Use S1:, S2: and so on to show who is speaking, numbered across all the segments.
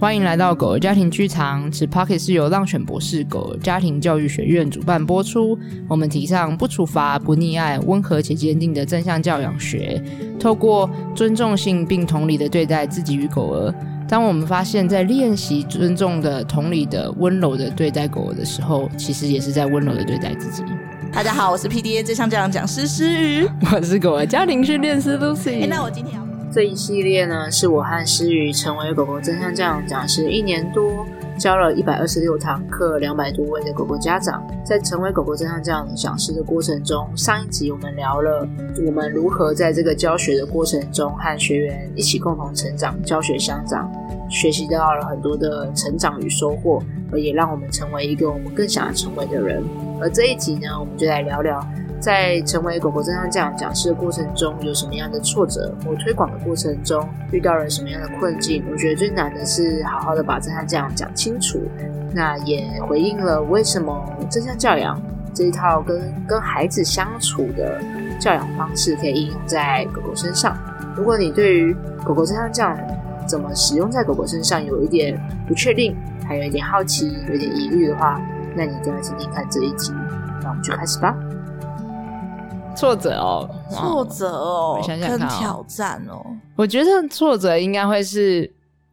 S1: 欢迎来到狗儿家庭剧场，此 Pocket 是由浪犬博士狗儿家庭教育学院主办播出。我们提倡不处罚、不溺爱、温和且坚定的正向教养学，透过尊重性并同理的对待自己与狗儿。当我们发现，在练习尊重的、同理的、温柔的对待狗儿的时候，其实也是在温柔的对待自己。
S2: 大家好，我是 PDA 这项教养讲师诗雨。
S1: 我是狗儿家庭训练师 Lucy。
S2: 哎、那我今天要
S1: 这一系列呢，是我和诗雨成为狗狗真相教养讲师一年多，教了一百二十六堂课，两百多位的狗狗家长。在成为狗狗真相教养讲师的过程中，上一集我们聊了我们如何在这个教学的过程中和学员一起共同成长，教学相长，学习到了很多的成长与收获，而也让我们成为一个我们更想要成为的人。而这一集呢，我们就来聊聊在成为狗狗真相这样讲师的过程中，有什么样的挫折？我推广的过程中遇到了什么样的困境？我觉得最难的是好好的把真相教养讲清楚。那也回应了为什么真相教养这一套跟跟孩子相处的教养方式可以应用在狗狗身上。如果你对于狗狗真相教养怎么使用在狗狗身上有一点不确定，还有一点好奇，有一点疑虑的话，那你一定要听听看这一集。那我们就开始吧。挫折哦，
S2: 挫折哦
S1: 我，想想看
S2: 跟
S1: 哦
S2: 挑战哦，
S1: 我觉得挫折应该会是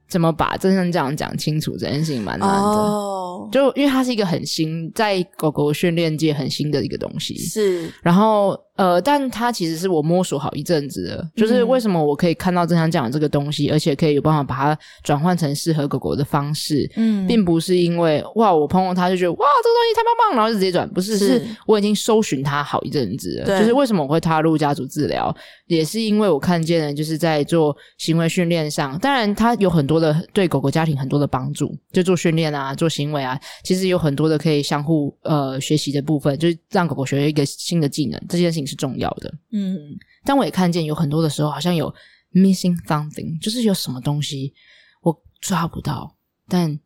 S1: 怎么把真正这样讲清楚这件事情蛮难的，
S2: 哦，
S1: 就因为它是一个很新，在狗狗训练界很新的一个东西。
S2: 是
S1: 然后，呃，但它其实是我摸索好一阵子的，就是为什么我可以看到正向讲这个东西，而且可以有办法把它转换成适合狗狗的方式，
S2: 嗯
S1: 并不是因为哇，我碰到它就觉得哇，这个东西太棒棒，然后就直接转，不是，
S2: 是
S1: 是我已经搜寻它好一阵子了。
S2: 对
S1: 就是为什么我会踏入家族治疗，也是因为我看见了，就是在做行为训练上，当然它有很多的对狗狗家庭很多的帮助，就做训练啊，做行为啊，其实有很多的可以相互呃学习的部分，就是让狗狗学会一个新的技能，这件事情是重要的。
S2: 嗯，
S1: 但我也看见有很多的时候，好像有 missing something，就是有什么东西我抓不到，但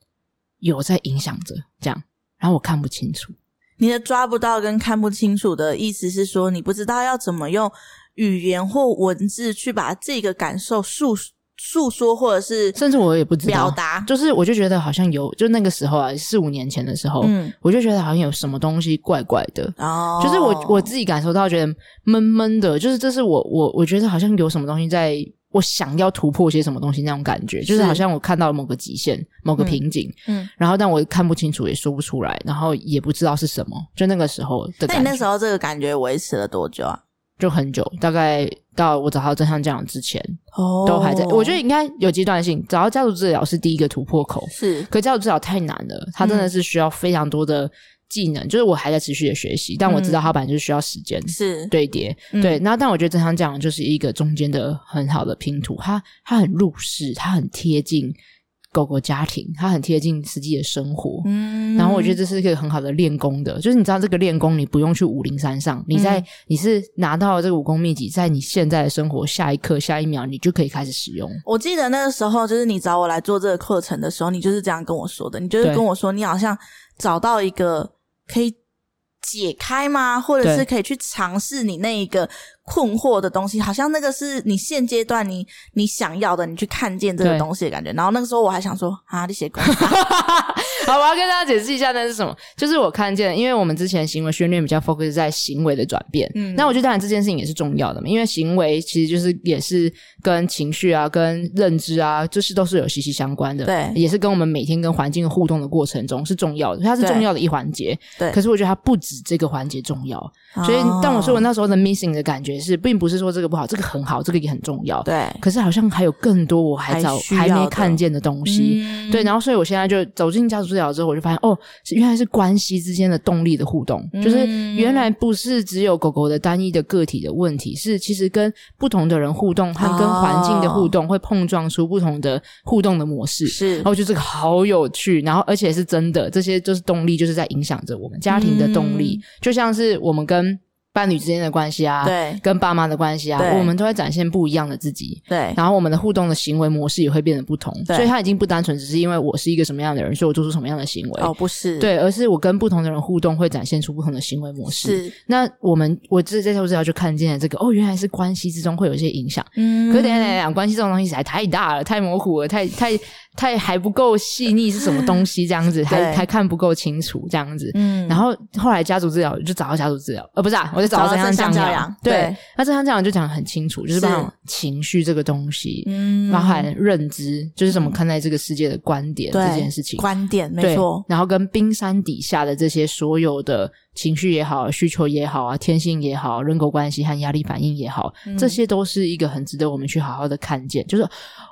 S1: 有在影响着这样，然后我看不清楚。
S2: 你的抓不到跟看不清楚的意思是说，你不知道要怎么用语言或文字去把这个感受诉诉说，或者是
S1: 甚至我也不知道
S2: 表达，
S1: 就是我就觉得好像有，就那个时候啊，四五年前的时候，
S2: 嗯，
S1: 我就觉得好像有什么东西怪怪的。
S2: 哦，
S1: 就是我我自己感受到，觉得闷闷的，就是这是我我我觉得好像有什么东西在，我想要突破些什么东西那种感觉，就是
S2: 是
S1: 好像我看到了某个极限、某个
S2: 嗯
S1: 瓶颈，
S2: 嗯，
S1: 然后但我看不清楚，也说不出来，然后也不知道是什么，就那个时候的
S2: 那
S1: 感
S2: 你
S1: 觉
S2: 那时候这个感觉维持了多久啊？
S1: 就很久，大概到我找到正向教养之前
S2: 哦
S1: 都还在，我觉得应该有阶段性，找到家族治疗是第一个突破口，
S2: 是
S1: 可家族治疗太难了，它真的是需要非常多的技能，就是我还在持续的学习，但我知道它本来就是需要时间。
S2: 是，
S1: 堆叠，
S2: 嗯
S1: 对，那但我觉得正常讲就是一个中间的很好的拼图，它它很入世，它很贴近狗狗家庭，它很贴近实际的生活，
S2: 嗯
S1: 然后我觉得这是一个很好的练功的，就是你知道这个练功，你不用去武陵山上，你在、
S2: 嗯
S1: 你是拿到这个武功秘籍，在你现在的生活下一刻下一秒，你就可以开始使用。
S2: 我记得那个时候，就是你找我来做这个课程的时候，你就是这样跟我说的。你就是
S1: 对
S2: 跟我说，你好像找到一个可以解开吗？或者
S1: 对
S2: 是可以去尝试你那一个困惑的东西，好像那个是你现阶段你你想要的，你去看见这个
S1: 对
S2: 东西的感觉。然后那个时候我还想说啊，你写功
S1: 好，我要跟大家解释一下那是什么，就是我看见，因为我们之前行为训练比较 focus 在行为的转变，
S2: 嗯
S1: 那我觉得当然这件事情也是重要的嘛，因为行为其实就是也是跟情绪啊、跟认知啊，就是都是有息息相关的，
S2: 对
S1: 也是跟我们每天跟环境互动的过程中是重要的，它是
S2: 对
S1: 重要的一环节，
S2: 对
S1: 可是我觉得它不止这个环节重要，
S2: 啊
S1: 所以，
S2: 哦
S1: 但我说我那时候的 missing 的感觉是，并不是说这个不好，这个很好，这个也很重要。
S2: 对
S1: 可是好像还有更多我还
S2: 还
S1: 找
S2: 需
S1: 还
S2: 要
S1: 没
S2: 的
S1: 看见的东西。
S2: 嗯
S1: 对，然后所以我现在就走进家族治疗之后，我就发现哦，是原来是关系之间的动力的互动，就是
S2: 嗯
S1: 原来不是只有狗狗的单一的个体的问题，是其实跟不同的人互动和跟
S2: 哦
S1: 环境的互动会碰撞出不同的互动的模式。
S2: 是
S1: 然后我觉得这个好有趣，然后而且是真的，这些就是动力，就是在影响着我们家庭的动力，就像是我们跟。伴侣之间的关系啊，
S2: 嗯对
S1: 跟爸妈的关系啊
S2: 对，
S1: 我们都会展现不一样的自己。
S2: 对
S1: 然后我们的互动的行为模式也会变得不同，
S2: 对
S1: 所以它已经不单纯只是因为我是一个什么样的人，所以我做出什么样的行为，
S2: 哦，不是，
S1: 对，而是我跟不同的人互动会展现出不同的行为模式。
S2: 是，
S1: 那我们我这这就是要去看见这个哦，原来是关系之中会有一些影响。
S2: 嗯
S1: 可是等一下等一下，关系这种东西实在太大了，太模糊了，太太太还不够细腻是什么东西这样子，还
S2: 对
S1: 还看不够清楚这样子。
S2: 嗯
S1: 然后后来家族治疗就找到家族治疗，呃，不是啊，我就找
S2: 找
S1: 到
S2: 到
S1: 正
S2: 正
S1: 向
S2: 向
S1: 教
S2: 教
S1: 养
S2: 养。
S1: 对
S2: 对，
S1: 那正向教养就讲得很清楚，就是
S2: 是
S1: 包含情绪这个东西，
S2: 嗯
S1: 包含认知，就是怎么看待这个世界的观点
S2: 对
S1: 这件事情。
S2: 观点，
S1: 对
S2: 没错，
S1: 然后跟冰山底下的这些所有的情绪也好、需求也好啊、天性也好、人口关系和压力反应也好，这
S2: 嗯
S1: 些都是一个很值得我们去好好的看见。就是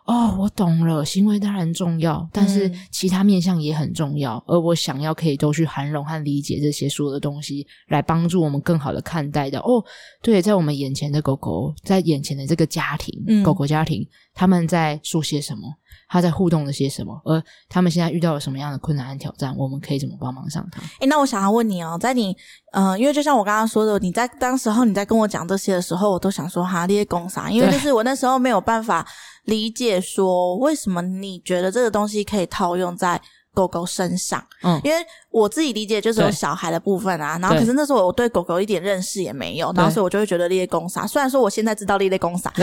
S1: 哦，我懂了，行为当然重要，但是
S2: 嗯
S1: 其他面向也很重要。而我想要可以都去涵容和理解这些所有的东西，来帮助我们更好的看待的。哦，对，在我们眼前的狗狗，在眼前的这个家庭，
S2: 嗯
S1: 狗狗家庭，他们在说些什么？他在互动了些什么，而他们现在遇到了什么样的困难和挑战，我们可以怎么帮忙上他？
S2: 哎、那我想要问你哦，在你，呃，因为就像我刚刚说的，你在当时候你在跟我讲这些的时候，我都想说哈列工啥，因为
S1: 对
S2: 就是我那时候没有办法理解说为什么你觉得这个东西可以套用在狗狗身上，
S1: 嗯
S2: 因为我自己理解就是有
S1: 对
S2: 小孩的部分啊，然后
S1: 对
S2: 可是那时候我对狗狗一点认识也没有，然后
S1: 对
S2: 所以我就会觉得列公啥，虽然说我现在知道列列公啥，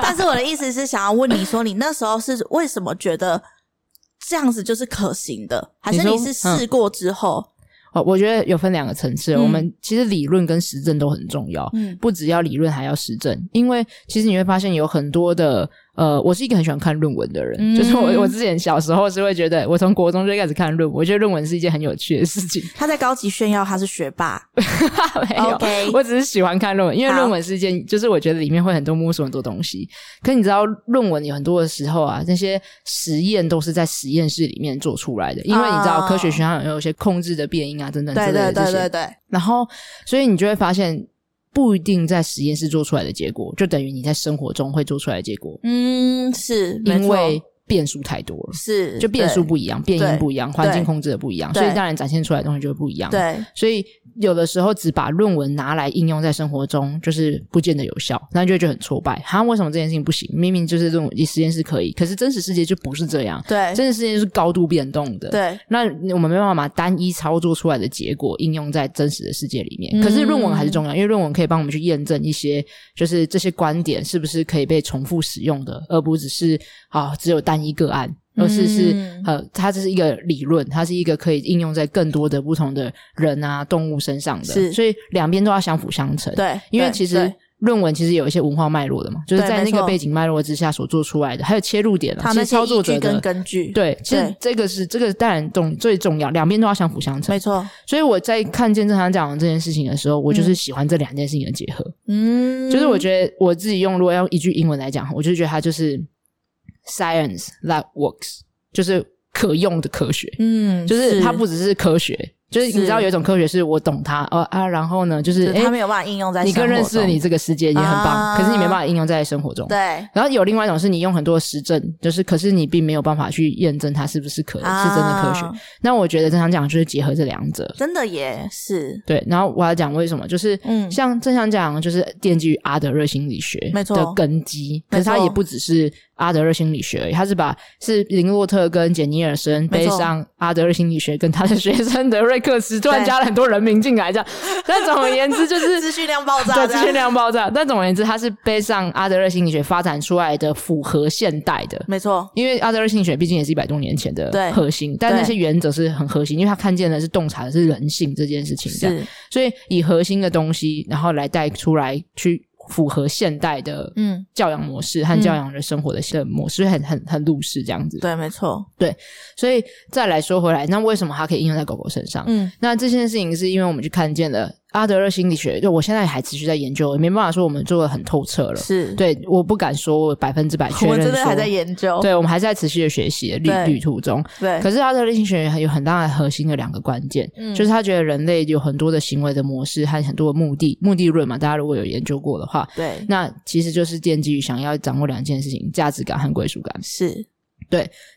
S2: 但是我的意思是想要问你说，你那时候是为什么觉得？这样子就是可行的，还是
S1: 你说嗯
S2: 你是试过之后，
S1: 哦，我觉得有分两个层次哦，
S2: 嗯
S1: 我们其实理论跟实证都很重要。
S2: 嗯
S1: 不只要理论，还要实证，因为其实你会发现有很多的，呃，我是一个很喜欢看论文的人，
S2: 嗯
S1: 就是我我之前小时候是会觉得，我从国中就开始看论文，我觉得论文是一件很有趣的事情，
S2: 他在高级炫耀他是学霸。
S1: 没有
S2: OK
S1: 我只是喜欢看论文，因为
S2: 好
S1: 论文是一件，就是我觉得里面会很多摸索很多东西。可你知道，论文有很多的时候啊，那些实验都是在实验室里面做出来的，因为你知道
S2: 哦
S1: 科学学校有一些控制的变音啊等等之类
S2: 对
S1: 的
S2: 对
S1: 这
S2: 对
S1: 些，
S2: 对对，
S1: 然后所以你就会发现。不一定在实验室做出来的结果，就等于你在生活中会做出来的结果，
S2: 嗯，是没
S1: 因
S2: 错
S1: 为变数太多了，
S2: 是
S1: 就变数
S2: 对
S1: 不一样，变音
S2: 对
S1: 不一样，环境
S2: 对
S1: 控制的不一样，
S2: 对
S1: 所以当然展现出来的东西就会不一样。
S2: 对
S1: 所以有的时候只把论文拿来应用在生活中，就是不见得有效，那就会觉得很挫败。哈，为什么这件事情不行？明明就是这种实验室可以，可是真实世界就不是这样，
S2: 对
S1: 真实世界是高度变动的。。
S2: 对
S1: 那我们没办法把单一操作出来的结果应用在真实的世界里面。可是论文还是重
S2: 嗯
S1: 要，因为论文可以帮我们去验证一些，就是这些观点是不是可以被重复使用的，而不只是啊、只有单一个案，而是是、
S2: 嗯
S1: 呃它这是一个理论，它是一个可以应用在更多的不同的人啊动物身上的。
S2: 是
S1: 所以两边都要相辅相成。
S2: 对，
S1: 因为
S2: 对
S1: 其实
S2: 对
S1: 论文其实有一些文化脉络的嘛，就是
S2: 对
S1: 在那
S2: 没
S1: 个
S2: 错
S1: 背景脉络之下所做出来的，还有切入点啊，
S2: 他
S1: 其
S2: 那
S1: 实
S2: 些
S1: 操
S2: 依
S1: 作者
S2: 据
S1: 的
S2: 跟根据，，
S1: 对，其实
S2: 对
S1: 这个是这个当然重最重要，两边都要相辅相成
S2: 没。错，
S1: 所以我在看见正常讲这件事情的时候，我就是喜欢这两件事情的结合。
S2: 嗯，
S1: 就是我觉得我自己用，如果要用一句英文来讲，我就觉得它就是 science that works，就是可用的科学，
S2: 嗯，
S1: 就是它不只是科学。就是你
S2: 是
S1: 知道有一种科学是我懂它，哦啊，然后呢，就是
S2: 是他
S1: 诶
S2: 没有办法应用在
S1: 你更
S2: 生活
S1: 认识
S2: 中
S1: 你这个世界也很棒，
S2: 啊
S1: 可是你没办法应用在生活中。
S2: 对
S1: 然后有另外一种是你用很多实证，就是可是你并没有办法去验证它是不是可、是真的科
S2: 啊
S1: 学。那我觉得正常讲就是结合这两者。
S2: 真的也是
S1: 对，然后我要讲为什么，就是
S2: 嗯
S1: 像正常讲就是奠基于阿德勒心理学
S2: 没错
S1: 的根基，可
S2: 没
S1: 是它
S2: 错
S1: 也不只是阿德勒心理学而已，它是把是林洛特跟简尼尔森
S2: 没
S1: 背
S2: 错
S1: 上阿德勒心理学跟他的学生德瑞克斯，突然
S2: 对
S1: 加了很多人名进来，这样。但总而言之，就是
S2: 资讯量爆炸，
S1: 对，资讯，量爆炸。但总而言之，它是背上阿德勒心理学发展出来的符合现代的，
S2: 没错，
S1: 因为阿德勒心理学毕竟也是一百多年前的
S2: 对
S1: 核心，但
S2: 对
S1: 那些原则是很核心，因为他看见的是洞察的是人性这件事情，这样，
S2: 是
S1: 所以以核心的东西，然后来带出来去。符合现代的
S2: 嗯
S1: 教养模式和教养的生活的的模式，很很很入世这样子。
S2: 对，没错，
S1: 所以再来说回来，那为什么它可以应用在狗狗身上？
S2: 嗯
S1: 那这件事情是因为我们去看见了阿德勒心理学，就我现在还持续在研究，也没办法说我们做的很透彻了。
S2: 是，
S1: 对，我不敢说我百分之百确
S2: 我
S1: 认，
S2: 真的还在。研究，
S1: 对，我们还在持续的学习的旅
S2: 对
S1: 旅途中。
S2: 对
S1: 可是阿德勒心理学有很大的核心的两个关键，
S2: 嗯
S1: 就是他觉得人类有很多的行为的模式和很多的目的，目的论嘛。大家如果有研究过的话，
S2: 对
S1: 那其实就是奠基于想要掌握两件事情：价值感和归属感。
S2: 是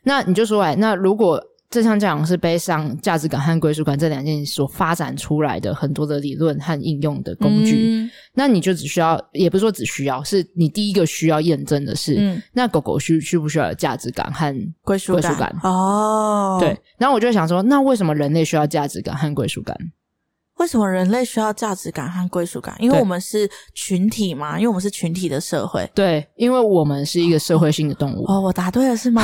S1: 那你就说，哎，那如果正向教养是背上价值感和归属感这两件所发展出来的很多的理论和应用的工具。
S2: 嗯
S1: 那你就只需要，也不是说只需要，是你第一个需要验证的是，
S2: 嗯
S1: 那狗狗需需不需要有价值感和
S2: 归属
S1: 归属感
S2: 哦，
S1: 对，，然后我就想说，那为什么人类需要价值感和归属感？
S2: 为什么人类需要价值感和归属感？因为
S1: 对
S2: 我们是群体嘛，因为我们是群体的社会。
S1: 对，因为我们是一个社会性的动物。
S2: 哦，我答对了 是吗？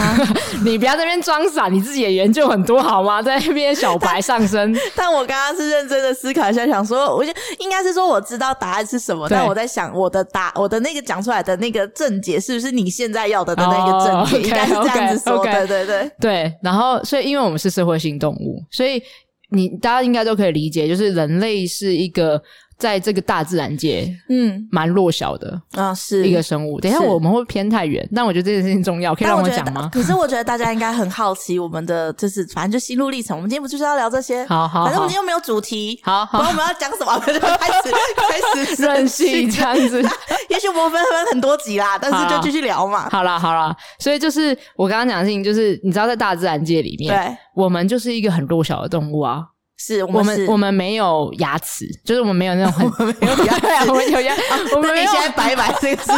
S1: 你不要在那边装傻，你自己也研究很多好吗？在那边小白上身，
S2: 但我刚刚是认真的思考一下，想说，我就应该是说我知道答案是什么，
S1: 对
S2: 但我在想我的答我的那个讲出来的那个正解是不是你现在要的的那个正
S1: 哦
S2: 解应该是这样子说
S1: OK，OK，OK
S2: 对对对，
S1: 对，然后所以因为我们是社会性动物，所以你大家应该都可以理解，就是人类是一个在这个大自然界
S2: 嗯，
S1: 蛮弱小的
S2: 啊是
S1: 一个。生物。等一下
S2: 是
S1: 我们会偏太远，但我觉得这件事情重要，可以
S2: 但
S1: 让
S2: 我觉得
S1: 讲
S2: 大，
S1: 吗？
S2: 可是我觉得大家应该很好奇我们的，就是反正就心路历程。我们今天不就是要聊这些？
S1: 好好
S2: 反正
S1: 好
S2: 我们今天又没有主题，
S1: 好
S2: 不然
S1: 好，
S2: 我们要讲什么，我们就开始开始
S1: 任性这样子。
S2: 也许我们分分很多集啦，但是就继续聊嘛。
S1: 好啦好啦，所以就是我刚刚讲的事情，就是你知道，在大自然界里面，
S2: 对，
S1: 我们就是一个很弱小的动物啊。
S2: 是我
S1: 我
S2: 们
S1: 们
S2: 是
S1: 我们没有牙齿，就是我们没有那 种很啊
S2: 没有 牙哦
S1: 我们有牙，我们
S2: 那
S1: 没
S2: 你
S1: 有
S2: 现在白白这个是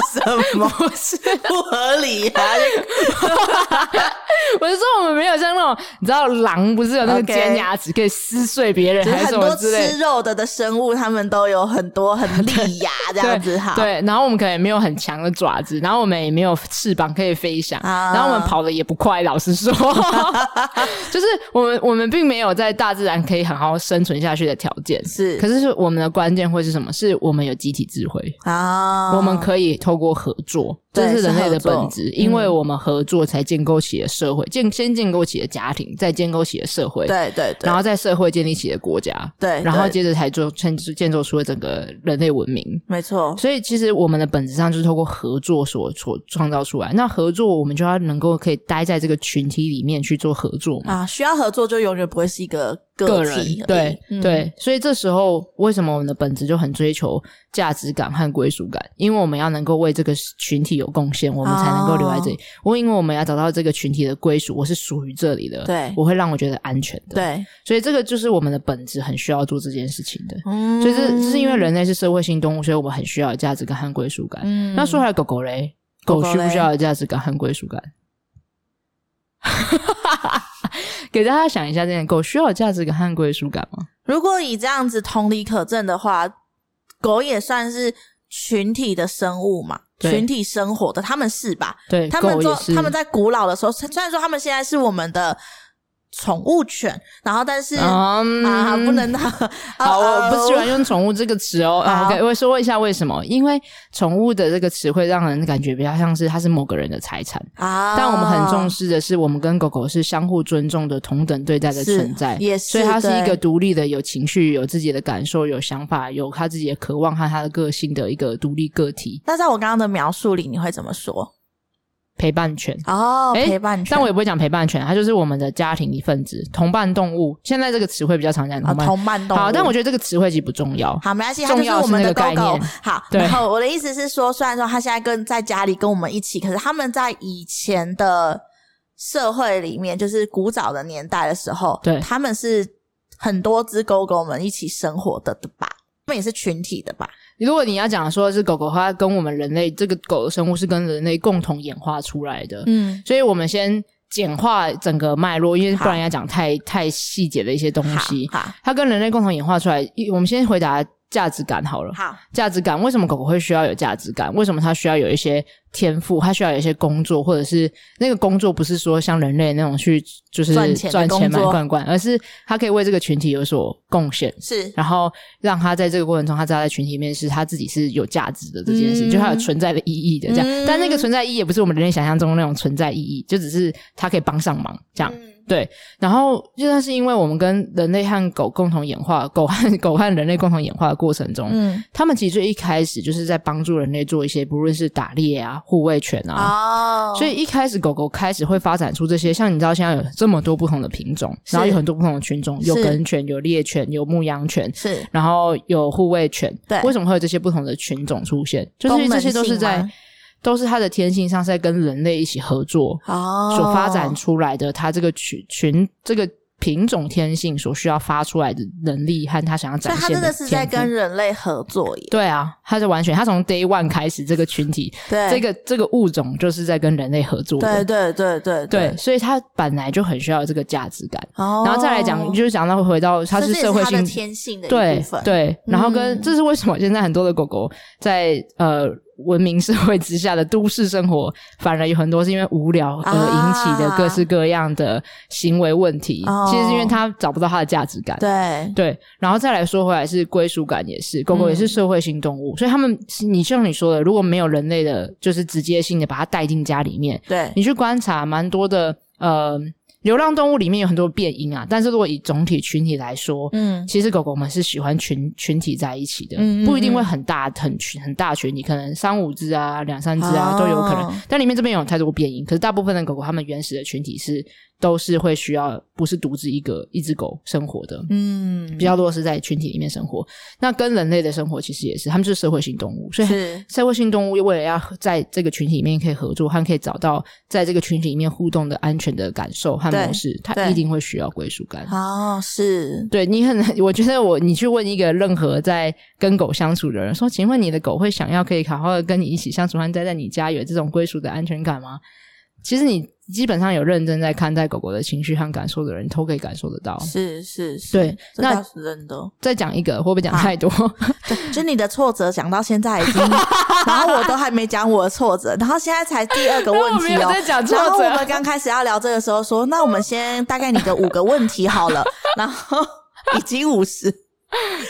S2: 什么？不是不合理啊呀、
S1: 我是说我们没有像那种，你知道狼不是有那个
S2: OK
S1: 尖牙齿可以撕碎别人
S2: 就是
S1: 还是
S2: 很
S1: 什么
S2: 多
S1: 之类
S2: 吃
S1: 的。
S2: 肉的的生物，它们都有很多很利牙这样子哈。，
S1: 对，然后我们可能也没有很强的爪子，然后我们也没有翅膀可以飞翔，
S2: 啊
S1: 然后我们跑的也不快。老实 说， 就是我们我们并没有在大自然可以好好生存下去的条件。
S2: 是
S1: 可是是我们的关键会是什么？是我们有集体智慧。
S2: 啊，
S1: 我们可以透过合作，
S2: 对
S1: 这是人类的
S2: 是合
S1: 本
S2: 作嗯
S1: 质，因为我们合作才建构起了社会，建先建构起了家庭，再建构起了社会，
S2: 对对对，
S1: 然后在社会建立起了国家，
S2: 对，
S1: 然后
S2: 对
S1: 接着才做建建构出了整个人类文明。
S2: 没错，
S1: 所以，其实我们的本质上就是透过合作所所创造出来。那合作，我们就要能够可以待在这个群体里面去做合作嘛。
S2: 啊，需要合作就永远不会是一个
S1: 嗯个
S2: 体而已
S1: 人对、
S2: 嗯
S1: 对，所以这时候为什么我们的本质就很追求价值感和归属感？因为我们要能够为这个群体有贡献，我们才能够留在这里。
S2: 哦
S1: 我、因为我们要找到这个群体的归属，我是属于这里的，
S2: 对
S1: 我会让我觉得安全的。，
S2: 对，
S1: 所以这个就是我们的本质很需要做这件事情的。
S2: 嗯
S1: 所以这这是因为人类是社会性动物，所以我们很需要有价值感和归属感。
S2: 嗯
S1: 那说回来，狗狗嘞，
S2: 狗
S1: 狗
S2: 狗
S1: 需不
S2: 嘞
S1: 需要有价值感和归属感？ 给大家想一下，这件狗需要有价值感和归属感吗？
S2: 如果以这样子同理可证的话，狗也算是群体的生物嘛，
S1: 对
S2: 群体生活的，他们是吧？
S1: 对，
S2: 他们
S1: 狗
S2: 做
S1: 也是，
S2: 他们在古老的时候，虽虽然说他们现在是我们的宠物犬，然后但是、
S1: 嗯
S2: 啊，不。能啊，
S1: 好，我不喜欢
S2: 用
S1: 用“宠物”这个词哦。啊
S2: 好
S1: OK，我说一下为什么？因为“宠物”的这个词会让人感觉比较像是它是某个人的财产，
S2: 啊，
S1: 但我们很重
S2: 视
S1: 视的是，我们跟狗狗是相互尊重的、同等对待的
S2: 是
S1: 存在，
S2: 也是
S1: 所以它是一
S2: 对
S1: 个独立的、有情绪、有自己的感受、有想法、有它自己的渴望和它的个性的一个独立个体，
S2: 那在我刚刚的描述里，你会怎么说？
S1: 陪伴犬。
S2: 哦，
S1: 诶
S2: 陪伴犬，
S1: 但我也不会讲陪伴犬，它就是我们的家庭一份子，同伴动物。现在这个词汇比较常讲
S2: 啊
S1: 同伴。
S2: 同伴动物。
S1: 好，但我觉得这个词汇其实不重要。
S2: 好，没关系，它
S1: 重
S2: 就是
S1: 要
S2: 我们
S1: 是那个
S2: 的
S1: 概
S2: 狗狗
S1: 念。
S2: 好，
S1: 对
S2: 然后我的意思是说，虽然说它现在跟在家里跟我们一起，可是他们在以前的社会里面，就是古早的年代的时候，
S1: 对
S2: 他们是很多只狗狗们一起生活的，对吧？他们也是群体的吧？
S1: 如果你要讲说是狗狗的话，它跟我们人类这个狗的生物是跟人类共同演化出来的，
S2: 嗯，
S1: 所以我们先简化整个脉络，因为
S2: 好
S1: 不然要讲太太细节的一些东
S2: 好
S1: 西。
S2: 好
S1: 它跟人类共同演化出来，一我们先回答价值感好了。
S2: 好，
S1: 价值感为什么狗狗会需要有价值感？为什么它需要有一些天赋？它需要有一些工作，或者是那个工作不是说像人类那种去就是
S2: 赚钱的
S1: 赚
S2: 工
S1: 钱买
S2: 作
S1: 罐罐，而是它可以为这个群体有所贡献。
S2: 是
S1: 然后让他在这个过程中，他知道在群体里面是他自己是有价值的这件事，
S2: 嗯
S1: 就他有存在的意义的这样。
S2: 嗯
S1: 但那个存在意义也不是我们人类想象中那种存在意义，就只是他可以帮上忙这
S2: 嗯
S1: 样。对，然后就算是因为我们跟人类和狗共同演化，狗和狗和人类共同演化的过程中，
S2: 嗯
S1: 他们其实最一开始就是在帮助人类做一些，不论是打猎啊、护卫犬啊。
S2: 哦，
S1: 所以一开始狗狗开始会发展出这些，像你知道现在有这么多不同的品种，
S2: 是
S1: 然后有很多不同的群种，有
S2: 是
S1: 梗犬、有猎犬、有牧羊犬，
S2: 是
S1: 然后有护卫犬，
S2: 对
S1: 为什么会有这些不同的犬种出现？就是
S2: 功
S1: 这
S2: 能
S1: 些都是
S2: 性
S1: 在
S2: 吗
S1: 都是它的天性上是在跟人类一起合作
S2: 哦，
S1: 所发展出来的，它这个群群这个品种天性所需要发出来的能力和它想要
S2: 所
S1: 展
S2: 以
S1: 现
S2: 他真的是在
S1: 天
S2: 跟
S1: 赋
S2: 人类合作耶。
S1: 对啊，它是完全它从 day one 开始，这个群体
S2: 对，
S1: 这个这个物种就是在跟人类合作的
S2: 对，对对对
S1: 对，，所以它本来就很需要这个价值感。
S2: 哦，
S1: 然后再来讲，就是讲到回到它
S2: 这
S1: 是
S2: 也
S1: 社会
S2: 它的
S1: 性
S2: 天性的一
S1: 对
S2: 部分，
S1: 对，然后跟、
S2: 嗯
S1: 这是为什么现在很多的狗狗在呃文明社会之下的都市生活，反而有很多是因为无聊而引起的各式各样的行为问题。
S2: 啊
S1: 其实是因为它找不到它的价值感。
S2: 对
S1: 对，然后再来说回来是归属感也是，狗狗也是社会性动
S2: 嗯
S1: 物，所以它们你像你说的，如果没有人类的，就是直接性的把它带进家里面，
S2: 对
S1: 你去观察蛮多的呃。流浪动物里面有很多变音啊，但是如果以总体群体来说，
S2: 嗯
S1: 其实狗狗们是喜欢群群体在一起的，
S2: 嗯嗯
S1: 不一定会很大很群很大群，你可能三五只啊、两三只啊、
S2: 哦
S1: 都有可能。但里面这边有太多变音，可是大部分的狗狗它们原始的群体是都是会需要不是独自一个一只狗生活的，
S2: 嗯
S1: 比较多是在群体里面生活。那跟人类的生活其实也是，它们就是社会性动物，所以
S2: 是
S1: 社会性动物为了要在这个群体里面可以合作，和可以找到在这个群体里面互动的安全的感受和
S2: 对
S1: 模式，它
S2: 对
S1: 一定会需要归属感。
S2: 哦是
S1: 对你很难，我觉得我你去问一个任何在跟狗相处的人说，请问你的狗会想要可以好好的跟你一起相处，和待在你家有这种归属的安全感吗？其实你基本上有认真在看待狗狗的情绪和感受的人，都可以感受得到。
S2: 是是是，
S1: 哦对
S2: 这
S1: 那
S2: 倒是真的哦。
S1: 再讲一个，会不会讲太多？
S2: 就你的挫折讲到现在已 经，然后我都还没讲我的挫折，然后现在才第二个问题
S1: 我没有
S2: 哦
S1: 在。讲挫
S2: 然后
S1: 折
S2: 我们刚开始要聊这个时候说，那我们先大概你的五个问题好了，然后已经五十，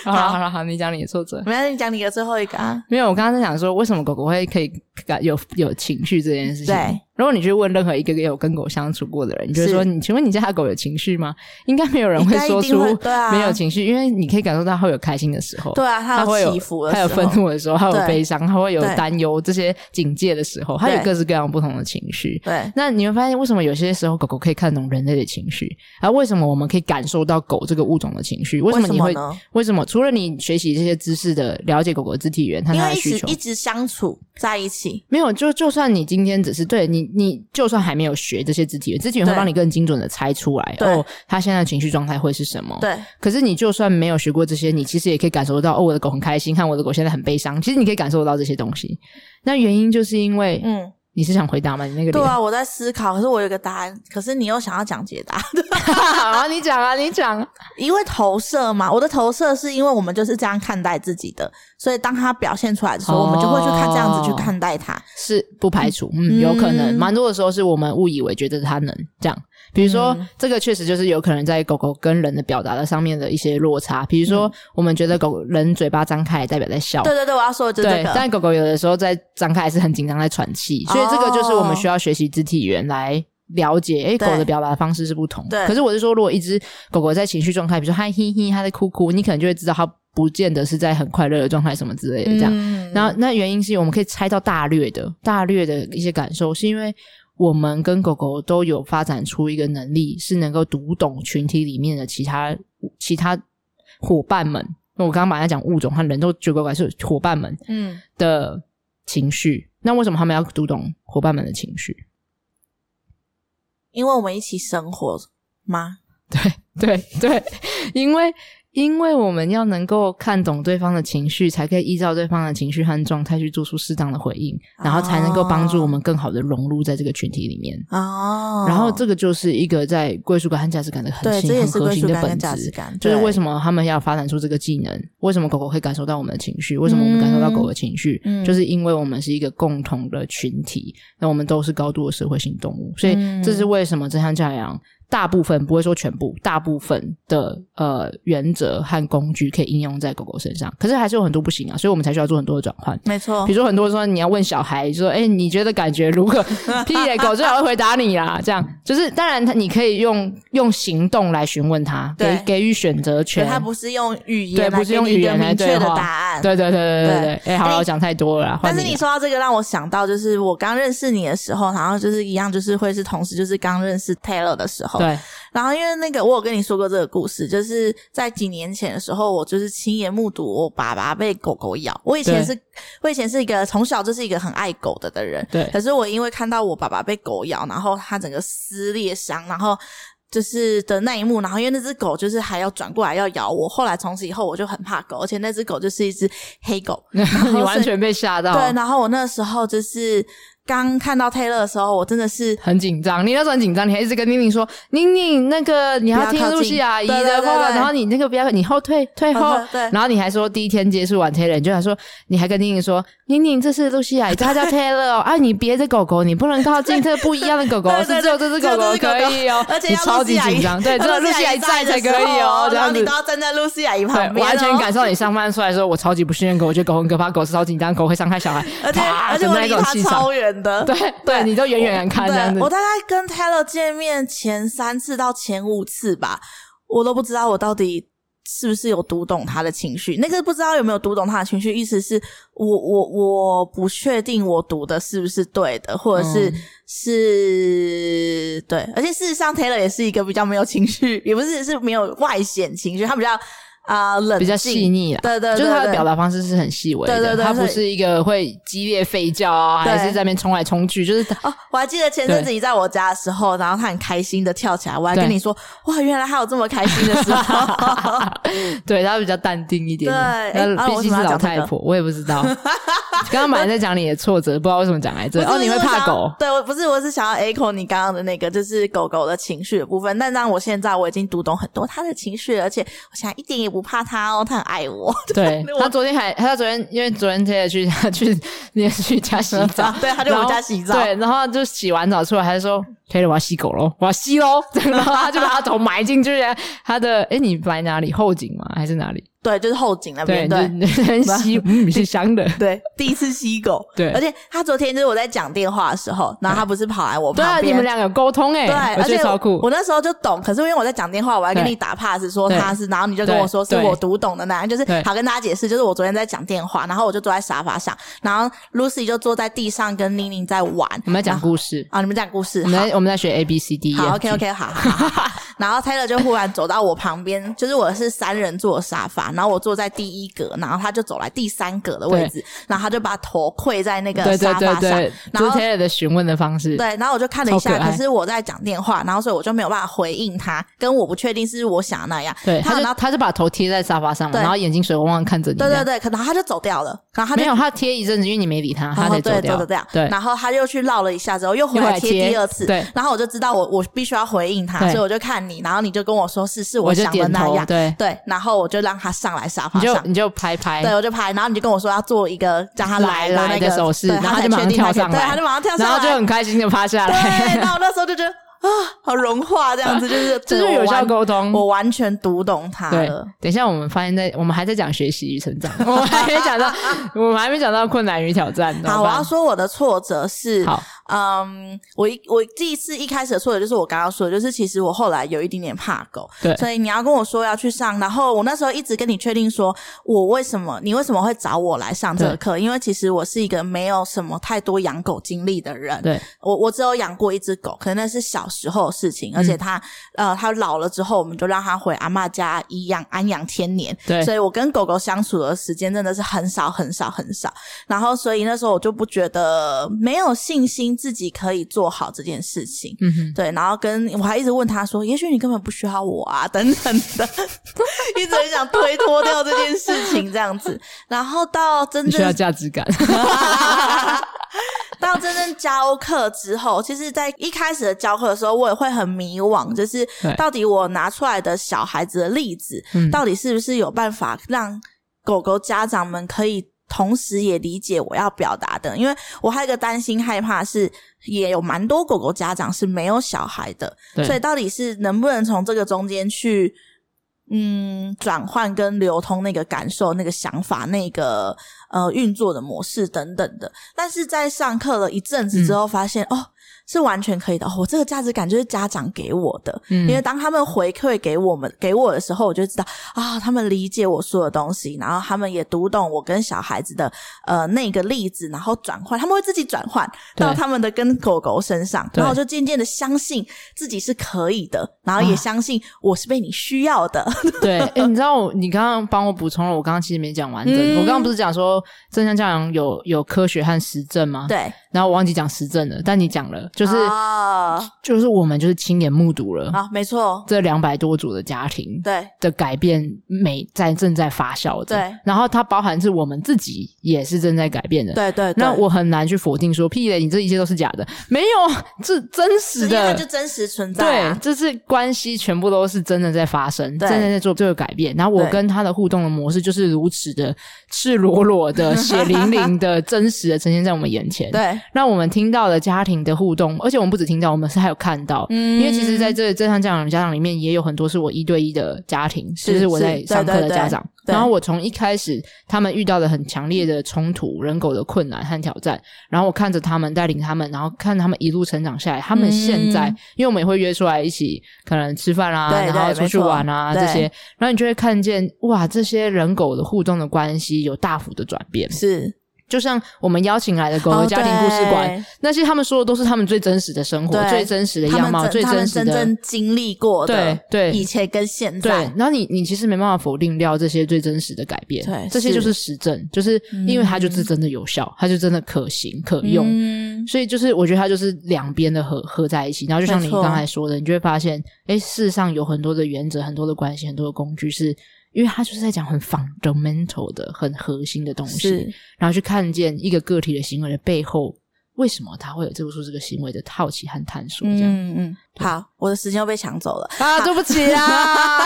S1: 好了好了好，你讲你的挫折。
S2: 没关系，你讲你的最后一个啊。
S1: 没有，我刚刚在想说，为什么狗狗会可以感有有情绪这件事情？
S2: 对，
S1: 如果你去问任何一个有跟狗相处过的人，你就会
S2: 是
S1: 说，你请问你家的狗有情绪吗？应该没有人会说
S2: 应该一定会
S1: 出
S2: 对啊
S1: 没有情绪，因为你可以感受到它会有开心的时候，
S2: 对啊，
S1: 它
S2: 他
S1: 会
S2: 有
S1: 有
S2: 起伏的
S1: 它有
S2: 时候
S1: 愤怒的时候，它
S2: 对
S1: 有悲伤，它会有
S2: 对
S1: 担忧这些警戒的时候，它有
S2: 对
S1: 各式各样不同的情绪。
S2: 对
S1: 那你会发现，为什么有些时候狗狗可以看懂人类的情绪，而为什么我们可以感受到狗这个物种的情绪？为什么你会？
S2: 为什么呢
S1: 为什么？除了你学习这些知识的了解狗狗的肢体语言和
S2: 因
S1: 它
S2: 为
S1: 的
S2: 一
S1: 需
S2: 直
S1: 求
S2: 一，直相处在一起，
S1: 没有就就算你今天只是对你，你就算还没有学这些肢体语言，肢体语言会
S2: 对
S1: 帮你更精准的猜出来
S2: 对
S1: 哦，它现在的情绪状态会是什么？
S2: 对
S1: 可是你就算没有学过这些，你其实也可以感受到哦，我的狗很开心，看我的狗现在很悲伤。其实你可以感受到这些东西。那原因就是因为，
S2: 嗯，
S1: 你是想回答吗？你那个
S2: 对
S1: 脸，
S2: 啊，我在思考，可是我有一个答案，可是你又想要讲解答，
S1: 好啊，你讲啊，你讲。
S2: 因为投射嘛，我的投射是因为我们就是这样看待自己的，所以当他表现出来的时候，
S1: 哦
S2: 我们就会去看这样子去看待他。
S1: 是不排除，嗯，有可能，蛮多的时候是我们误以为觉得它能这样。比如
S2: 嗯
S1: 说，这个确实就是有可能在狗狗跟人的表达的上面的一些落差。比如说，我们觉得狗人嘴巴张开代表在笑，
S2: 嗯对对对，我要说的就是这
S1: 对，
S2: 个。哦
S1: 但狗狗有的时候在张开还是很紧张，在喘气，所以这个就是我们需要学习肢体语言来。了解，诶，狗
S2: 对
S1: 的表达方式是不同。
S2: 对
S1: 可是我是说，如果一只狗狗在情绪状态，比如说它嘿嘿，它在哭哭，你可能就会知道它不见得是在很快乐的状态什么之类的这样。
S2: 嗯
S1: 然后那原因是因为我们可以猜到大略的、大略的一些感受，是因为我们跟狗狗都有发展出一个能力，是能够读懂群体里面的其他其他伙伴们。我刚刚把它讲物种和人都觉得怪是伙伴们
S2: 嗯，
S1: 的情绪。那为什么他们要读懂伙伴们的情绪？
S2: 因为我们一起生活嘛，
S1: 对对，因为因为我们要能够看懂对方的情绪，才可以依照对方的情绪和状态去做出适当的回应，然后才能够帮助我们更好的融入在这个群体里面。
S2: 哦，
S1: 然后这个就是一个在归属感和价值感的很
S2: 对，
S1: 新
S2: 这也
S1: 很
S2: 是
S1: 核
S2: 归
S1: 心
S2: 属
S1: 的
S2: 感
S1: 本
S2: 跟价值
S1: 质。
S2: 感，
S1: 就是
S2: 对
S1: 为什么他们要发展出这个技能？为什么狗狗会感受到我们的情绪？为什么我们感受到狗的情绪？
S2: 嗯
S1: 就是因为我们是一个共同的群体，那我们都是高度的社会性动物，所以
S2: 嗯
S1: 这是为什么正向教养大部分不会说全部，大部分的呃原则和工具可以应用在狗狗身上，可是还是有很多不行啊，所以我们才需要做很多的转换。
S2: 没错
S1: 比，如说很多人说你要问小孩说，哎、你觉得感觉如何？ 屁嘞，狗最好会回答你啦。这样就是当然，他你可以用用行动来询问他，
S2: 对
S1: 给给予选择权。
S2: 他不是用语言
S1: 对
S2: 来
S1: 不是
S2: 给
S1: 用
S2: 你一
S1: 语
S2: 个
S1: 言来
S2: 明
S1: 对
S2: 确的
S1: 话
S2: 答案，
S1: 对对对对对对。哎、好
S2: 哎
S1: 了，我讲太多了啦，换
S2: 但是
S1: 你
S2: 你
S1: 了
S2: 说到这个，让我想到就是我刚认识你的时候，然后就是一样，就是会是同事，就是刚认识 Taylor 的时候，
S1: 对，
S2: 然后因为那个我有跟你说过这个故事，就是在几年前的时候，我就是亲眼目睹我爸爸被狗狗咬。我以前
S1: 对
S2: 是，我以前是一个从小就是一个很爱狗的的人，
S1: 对
S2: 可是我因为看到我爸爸被狗咬，然后他整个撕裂伤，然后。就是的那一幕，然后因为那只狗就是还要转过来要咬我，后来从此以后我就很怕狗，而且那只狗就是一只黑狗，
S1: 你完全被吓到，
S2: 对。然后我那时候就是刚看到泰勒的时候，我真的是
S1: 很紧张。你那时候很紧张，你还一直跟宁宁说：“宁宁，那个你要
S2: 不要
S1: 听
S2: 靠
S1: 露
S2: 近
S1: 西阿姨的话，
S2: 对对对对
S1: 然后你那个不要，你后退退后。
S2: 嗯对
S1: 然后你还说第一天接触完 Taylor，你就还说，你还跟宁宁说：“宁宁，这是露西阿姨，她叫 Taylor 哦。啊，你别的狗狗，你不能靠近，这不一样的狗 狗
S2: 对对
S1: 是只有这只狗狗可以哦。”
S2: 而且
S1: 你
S2: 要
S1: 超级
S2: 露西阿姨
S1: 紧张，对，只有
S2: 要
S1: 露西阿姨在才可以哦，这
S2: 然后
S1: 样
S2: 你
S1: 子
S2: 都。要站在露西阿姨旁边、
S1: 对，我
S2: 哦，
S1: 完全感受到你上班出来的时候，我超级不信任狗，我觉得狗很可怕，狗是超紧张，狗会伤害小孩，
S2: 而且
S1: 啪
S2: 而且
S1: 的
S2: 我
S1: 那
S2: 离
S1: 种
S2: 他
S1: 气场
S2: 超远的，
S1: 对对，你就远远看这样子
S2: 对，我。大概跟 Taylor 见面前三次到前五次吧，我都不知道我到底是不是有读懂他的情绪。那个不知道有没有读懂他的情绪，意思是我我我不确定我读的是不是对的，或者是、
S1: 嗯
S2: 是对。而且事实上，Taylor 也是一个比较没有情绪，也不是是没有外显情绪，他比较啊、冷
S1: 比较
S2: 静
S1: 细。腻啦，
S2: 对对对
S1: 就是他的
S2: 对
S1: 表达方式是很细微的，
S2: 对对对
S1: 他不
S2: 所以
S1: 是一个会激烈吠叫啊，
S2: 对
S1: 还是在那边冲来冲去，就是他
S2: 哦，我还记得前阵子你在我家的时候，然后他很开心的跳起来，我还跟
S1: 对
S2: 你说，哇，原来他有这么开心的时 候。
S1: 对他比较淡定一点点。
S2: 对
S1: 那
S2: 哎啊
S1: 毕竟是
S2: 我为什么
S1: 老
S2: 要讲这
S1: 太
S2: 个
S1: 婆，我也不知 道。刚刚本来在讲你的挫折，不知道为什么讲来这。
S2: 不
S1: 哦，
S2: 是
S1: 你会
S2: 我想
S1: 怕
S2: 要
S1: 狗？
S2: 对，我不是，我是想要 echo 你刚刚的那个，就是狗狗的情绪的部分。但让我现在我已经读懂很多它的情绪了，而且我现在一点也不怕它哦，它很爱我。
S1: 对
S2: 我
S1: 他昨天还，他昨天因为昨天 Taylor 去 他去连续家洗 澡
S2: 啊，对他去我们家洗澡
S1: 然后对，然后就洗完澡出来，他就说 Taylor 我要吸狗 喽，我要吸喽，然后他就把他头埋进去，他的哎你来哪里后颈吗？还是哪里？
S2: 对，就是后颈那
S1: 对，
S2: 边，啊对
S1: 你就很 吸，嗯，你是 香的。
S2: 对，第一次吸狗，
S1: 对
S2: 而且他昨天就是我在讲电话的时候，然后他不是跑来我
S1: 对啊，
S2: 旁
S1: 你
S2: 边，
S1: 们两个有沟通哎、
S2: 对，
S1: 我
S2: 而
S1: 觉
S2: 且
S1: 得超酷。
S2: 我那时候就懂，可是因为我在讲电话，我还跟
S1: 对
S2: 你打 pass 说他是，然后你就跟我说是
S1: 对
S2: 我读懂的那样，就是
S1: 对
S2: 好跟大家解释，就是我昨天在讲电话，然后我就坐在沙发上，然后 Lucy 就坐在地上跟妮妮在玩。
S1: 我们在讲故事，
S2: 啊，你们讲故事，
S1: 我
S2: 好
S1: 们在我们在学 A B C D E。
S2: 好，OK OK，好好好好。 然后 Taylor 就忽然走到我旁边，就是我是三人座的沙发，然后我坐在第一格，然后他就走来第三格的位置，然后他就把头跪在那个
S1: 对对
S2: 沙
S1: 对
S2: 发上
S1: 对，，
S2: 然
S1: 就是
S2: 后
S1: Taylor 的询问的方式。
S2: 对，然后我就看了一
S1: 超可
S2: 下，
S1: 爱
S2: 可是我在讲电话，然后所以我就没有办法回应他，跟我不确定是我想的那样。
S1: 对，他
S2: 然
S1: 就
S2: 后
S1: 他就把头贴在沙发上嘛，
S2: 对
S1: 然后眼睛水汪汪看着你这
S2: 对对
S1: 样。
S2: 对，可能他就走掉了，然后他
S1: 没
S2: 就。
S1: 有，他贴一阵子，因为你没理他，
S2: 然
S1: 他
S2: 后
S1: 才
S2: 对
S1: 掉。
S2: 走掉，
S1: 对，
S2: 然后他又去绕了一下之后，又回
S1: 又回
S2: 来
S1: 来
S2: 贴
S1: 贴
S2: 第二次，
S1: 对
S2: 然后我就知道我我必须要回应他，
S1: 对
S2: 所以我就看你，然后你就跟我说是是
S1: 我就
S2: 想的
S1: 点
S2: 那
S1: 头
S2: 样，，
S1: 对，
S2: 对，然后我就让他上来沙发
S1: 你就
S2: 上，
S1: 你就拍拍
S2: 对，。我就拍，然后你就跟我说要做一个让他
S1: 来
S2: 的
S1: 来
S2: 那
S1: 的
S2: 个
S1: 手势
S2: 对
S1: 然后他
S2: 他
S1: 就
S2: 才
S1: 马上
S2: 确定
S1: 跳
S2: 他可以
S1: 上
S2: 对，
S1: 来
S2: 他就马上跳上
S1: 然
S2: 来，
S1: 后就很开心的趴下来，
S2: 啊 对，那我那时候就觉得啊，好融化这样子，就是
S1: 这
S2: 对
S1: 就是有
S2: 我
S1: 效
S2: 完
S1: 沟通。
S2: 我完全读懂他
S1: 对
S2: 了。，
S1: 等一下，我们发现在我们还在讲学习与成 长，我们还没讲到，我们还没讲到困难与挑战。怎么
S2: 好，我
S1: 办
S2: 要说我的挫折是，
S1: 好，
S2: 嗯，我一我第一次一开始的挫折就是我刚刚说的，就是其实我后来有一点点怕狗，
S1: 对
S2: 所以你要跟我说要去上，然后我那时候一直跟你确定说，我为什么你为什么会找我来上这个
S1: 对
S2: 课？因为其实我是一个没有什么太多养狗经历的人，
S1: 对
S2: 我我只有养过一只狗，可能那是小时候的事情，
S1: 嗯
S2: 而且它、呃它老了之后，我们就让它回阿嬷家颐养安养天年。
S1: 对
S2: 所以我跟狗狗相处的时间真的是很少很少很少。然后所以那时候我就不觉得没有信心自己可以做好这件事情。
S1: 嗯哼，
S2: 对，然后跟我还一直问他说，也许你根本不需要我啊，等等的， 一直很想推脱掉这件事情这样子。然后到真
S1: 你需
S2: 正
S1: 要价值 感。
S2: 到真正教课之后，其实，在一开始的教课的时候，我也会很迷惘，就是
S1: 对
S2: 到底我拿出来的小孩子的例子，
S1: 嗯
S2: 到底是不是有办法让狗狗家长们可以同时也理解我要表达的？因为我还有一个担心害怕是，也有蛮多狗狗家长是没有小孩的，
S1: 对
S2: 所以到底是能不能从这个中间去，嗯，转换跟流通那个感受、那个想法、那个
S1: 嗯
S2: 呃运作的模式等等的。但是在上课了一阵子之后，发现、哦，是完全可以的。哦我、这个价值感就是家长给我的，
S1: 嗯
S2: 因为当他们回馈给我们给我的时候，我就知道啊，他们理解我说的东西，然后他们也读懂我跟小孩子的呃那个例子，然后转换，他们会自己转换
S1: 对
S2: 到他们的跟狗狗身上，
S1: 对
S2: 然后我就渐渐的相信自己是可以的，然后也
S1: 啊
S2: 相信我是被你需要的。
S1: 对，哎、你知道我你刚刚帮我补充了，我刚刚其实没讲完整。
S2: 嗯
S1: 我刚刚不是讲说正向教养有有科学和实证吗？。
S2: 对，
S1: 然后我忘记讲实证了，但你讲了，就是、
S2: 啊
S1: 就是我们就是亲眼目睹了、
S2: 啊，没错，
S1: 这两百多组的家庭
S2: 对
S1: 的改变每在正在发酵的。
S2: 对。
S1: 然后它包含是我们自己也是正在改变的。。
S2: 对对对，
S1: 那我很难去否定说，屁嘞，你这一切都是假的，没有，这真实
S2: 因为它
S1: 的，
S2: 就真实存在、
S1: 对
S2: 啊，。
S1: 这是关系全部都是真的在发生，
S2: 对
S1: 真的在做这个改变。然后我
S2: 对
S1: 跟他的互动的模式就是如此的赤裸裸的、血淋淋 的、真实的呈现在我们眼前。
S2: 对，
S1: 让我们听到了家庭的互动，而且我们不只听到，我们是还有看到。
S2: 嗯
S1: 因为其实在这个正向教养的家长里面，也有很多是我一对一的家庭，
S2: 是
S1: 就是我在
S2: 是
S1: 上课
S2: 对
S1: 的
S2: 对对
S1: 家长。
S2: 对
S1: 然后我从一开始，他们遇到了很强烈的冲突、人狗的困难和挑战，然后我看着他们，带领他们，然后看他们一路成长下来。他们现在，
S2: 嗯
S1: 因为我们也会约出来一起，可能吃饭啊，
S2: 对对
S1: 然后出去玩啊
S2: 没
S1: 这
S2: 错
S1: 些，然后你就会看见哇，这些人狗的互动的关系有大幅的转变。
S2: 是
S1: 就像我们邀请来的狗狗
S2: 哦
S1: 家庭故事馆，
S2: 对
S1: 那些他们说的都是他们最真实的生活、
S2: 对
S1: 最真实的
S2: 他
S1: 样
S2: 们
S1: 貌、
S2: 真
S1: 最
S2: 他们
S1: 真实
S2: 真
S1: 的
S2: 正经历过的，
S1: 对对
S2: 以前跟现
S1: 对
S2: 在，。
S1: 然后你你其实没办法否定掉这些最真实的改变，
S2: 对
S1: 这些
S2: 是
S1: 就是实证，就是因为它就是真的有效，它就真的可行可用。
S2: 嗯
S1: 所以就是，我觉得它就是两边的合合在一起，然后就像你
S2: 没错
S1: 刚才说的，你就会发现，哎，事实上有很多的原则、很多的关系、很多的工具是，因为它就是在讲很 fundamental 的、很核心的东西
S2: 是，
S1: 然后去看见一个个体的行为的背后，为什么他会有做出这个行为的好奇和探索，这样、
S2: 嗯嗯，好，我的时间又被抢走了。
S1: 啊，对不起 啊，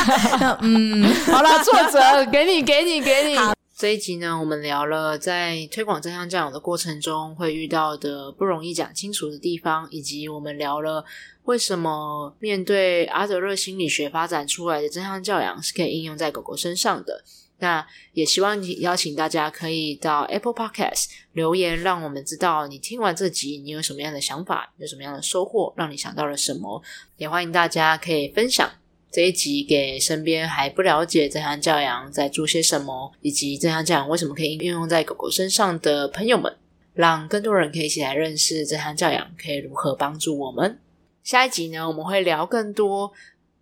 S2: 嗯，
S1: 好了，挫折，给你，给你，给你。
S3: 这一集呢，我们聊了在推广正向教养的过程中会遇到的不容易讲清楚的地方，以及我们聊了为什么面对阿德勒心理学发展出来的正向教养是可以应用在狗狗身上的。那也希望你邀请大家可以到 Apple Podcast 留言，让我们知道你听完这集你有什么样的想法，有什么样的收获，让你想到了什么。也欢迎大家可以分享这一集给身边还不了解正向教养在做些什么，以及正向教养为什么可以运用在狗狗身上的朋友们，让更多人可以一起来认识正向教养可以如何帮助我们。下一集呢，我们会聊更多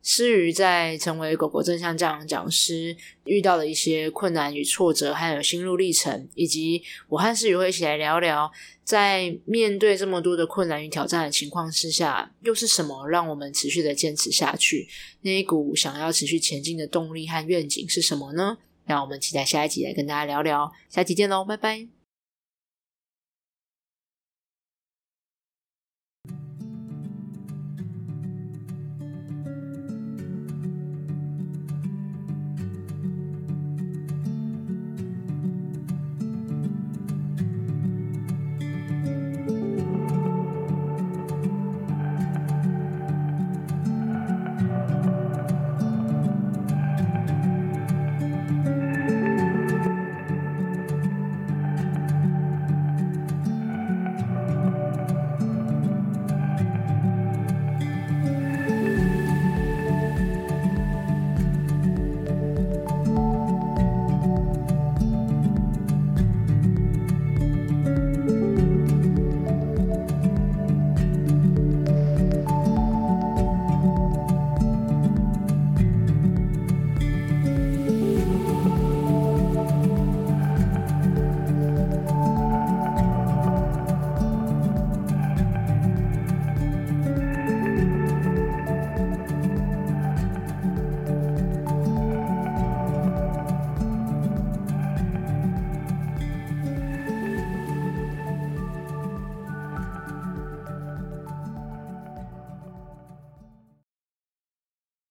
S3: 诗瑜在成为狗狗正向教养讲师遇到的一些困难与挫折，还有心路历程，以及我和诗瑜会一起来聊聊在面对这么多的困难与挑战的情况之下，又是什么让我们持续的坚持下去？那一股想要持续前进的动力和愿景是什么呢？让我们期待下一集来跟大家聊聊，下期见喽，拜拜。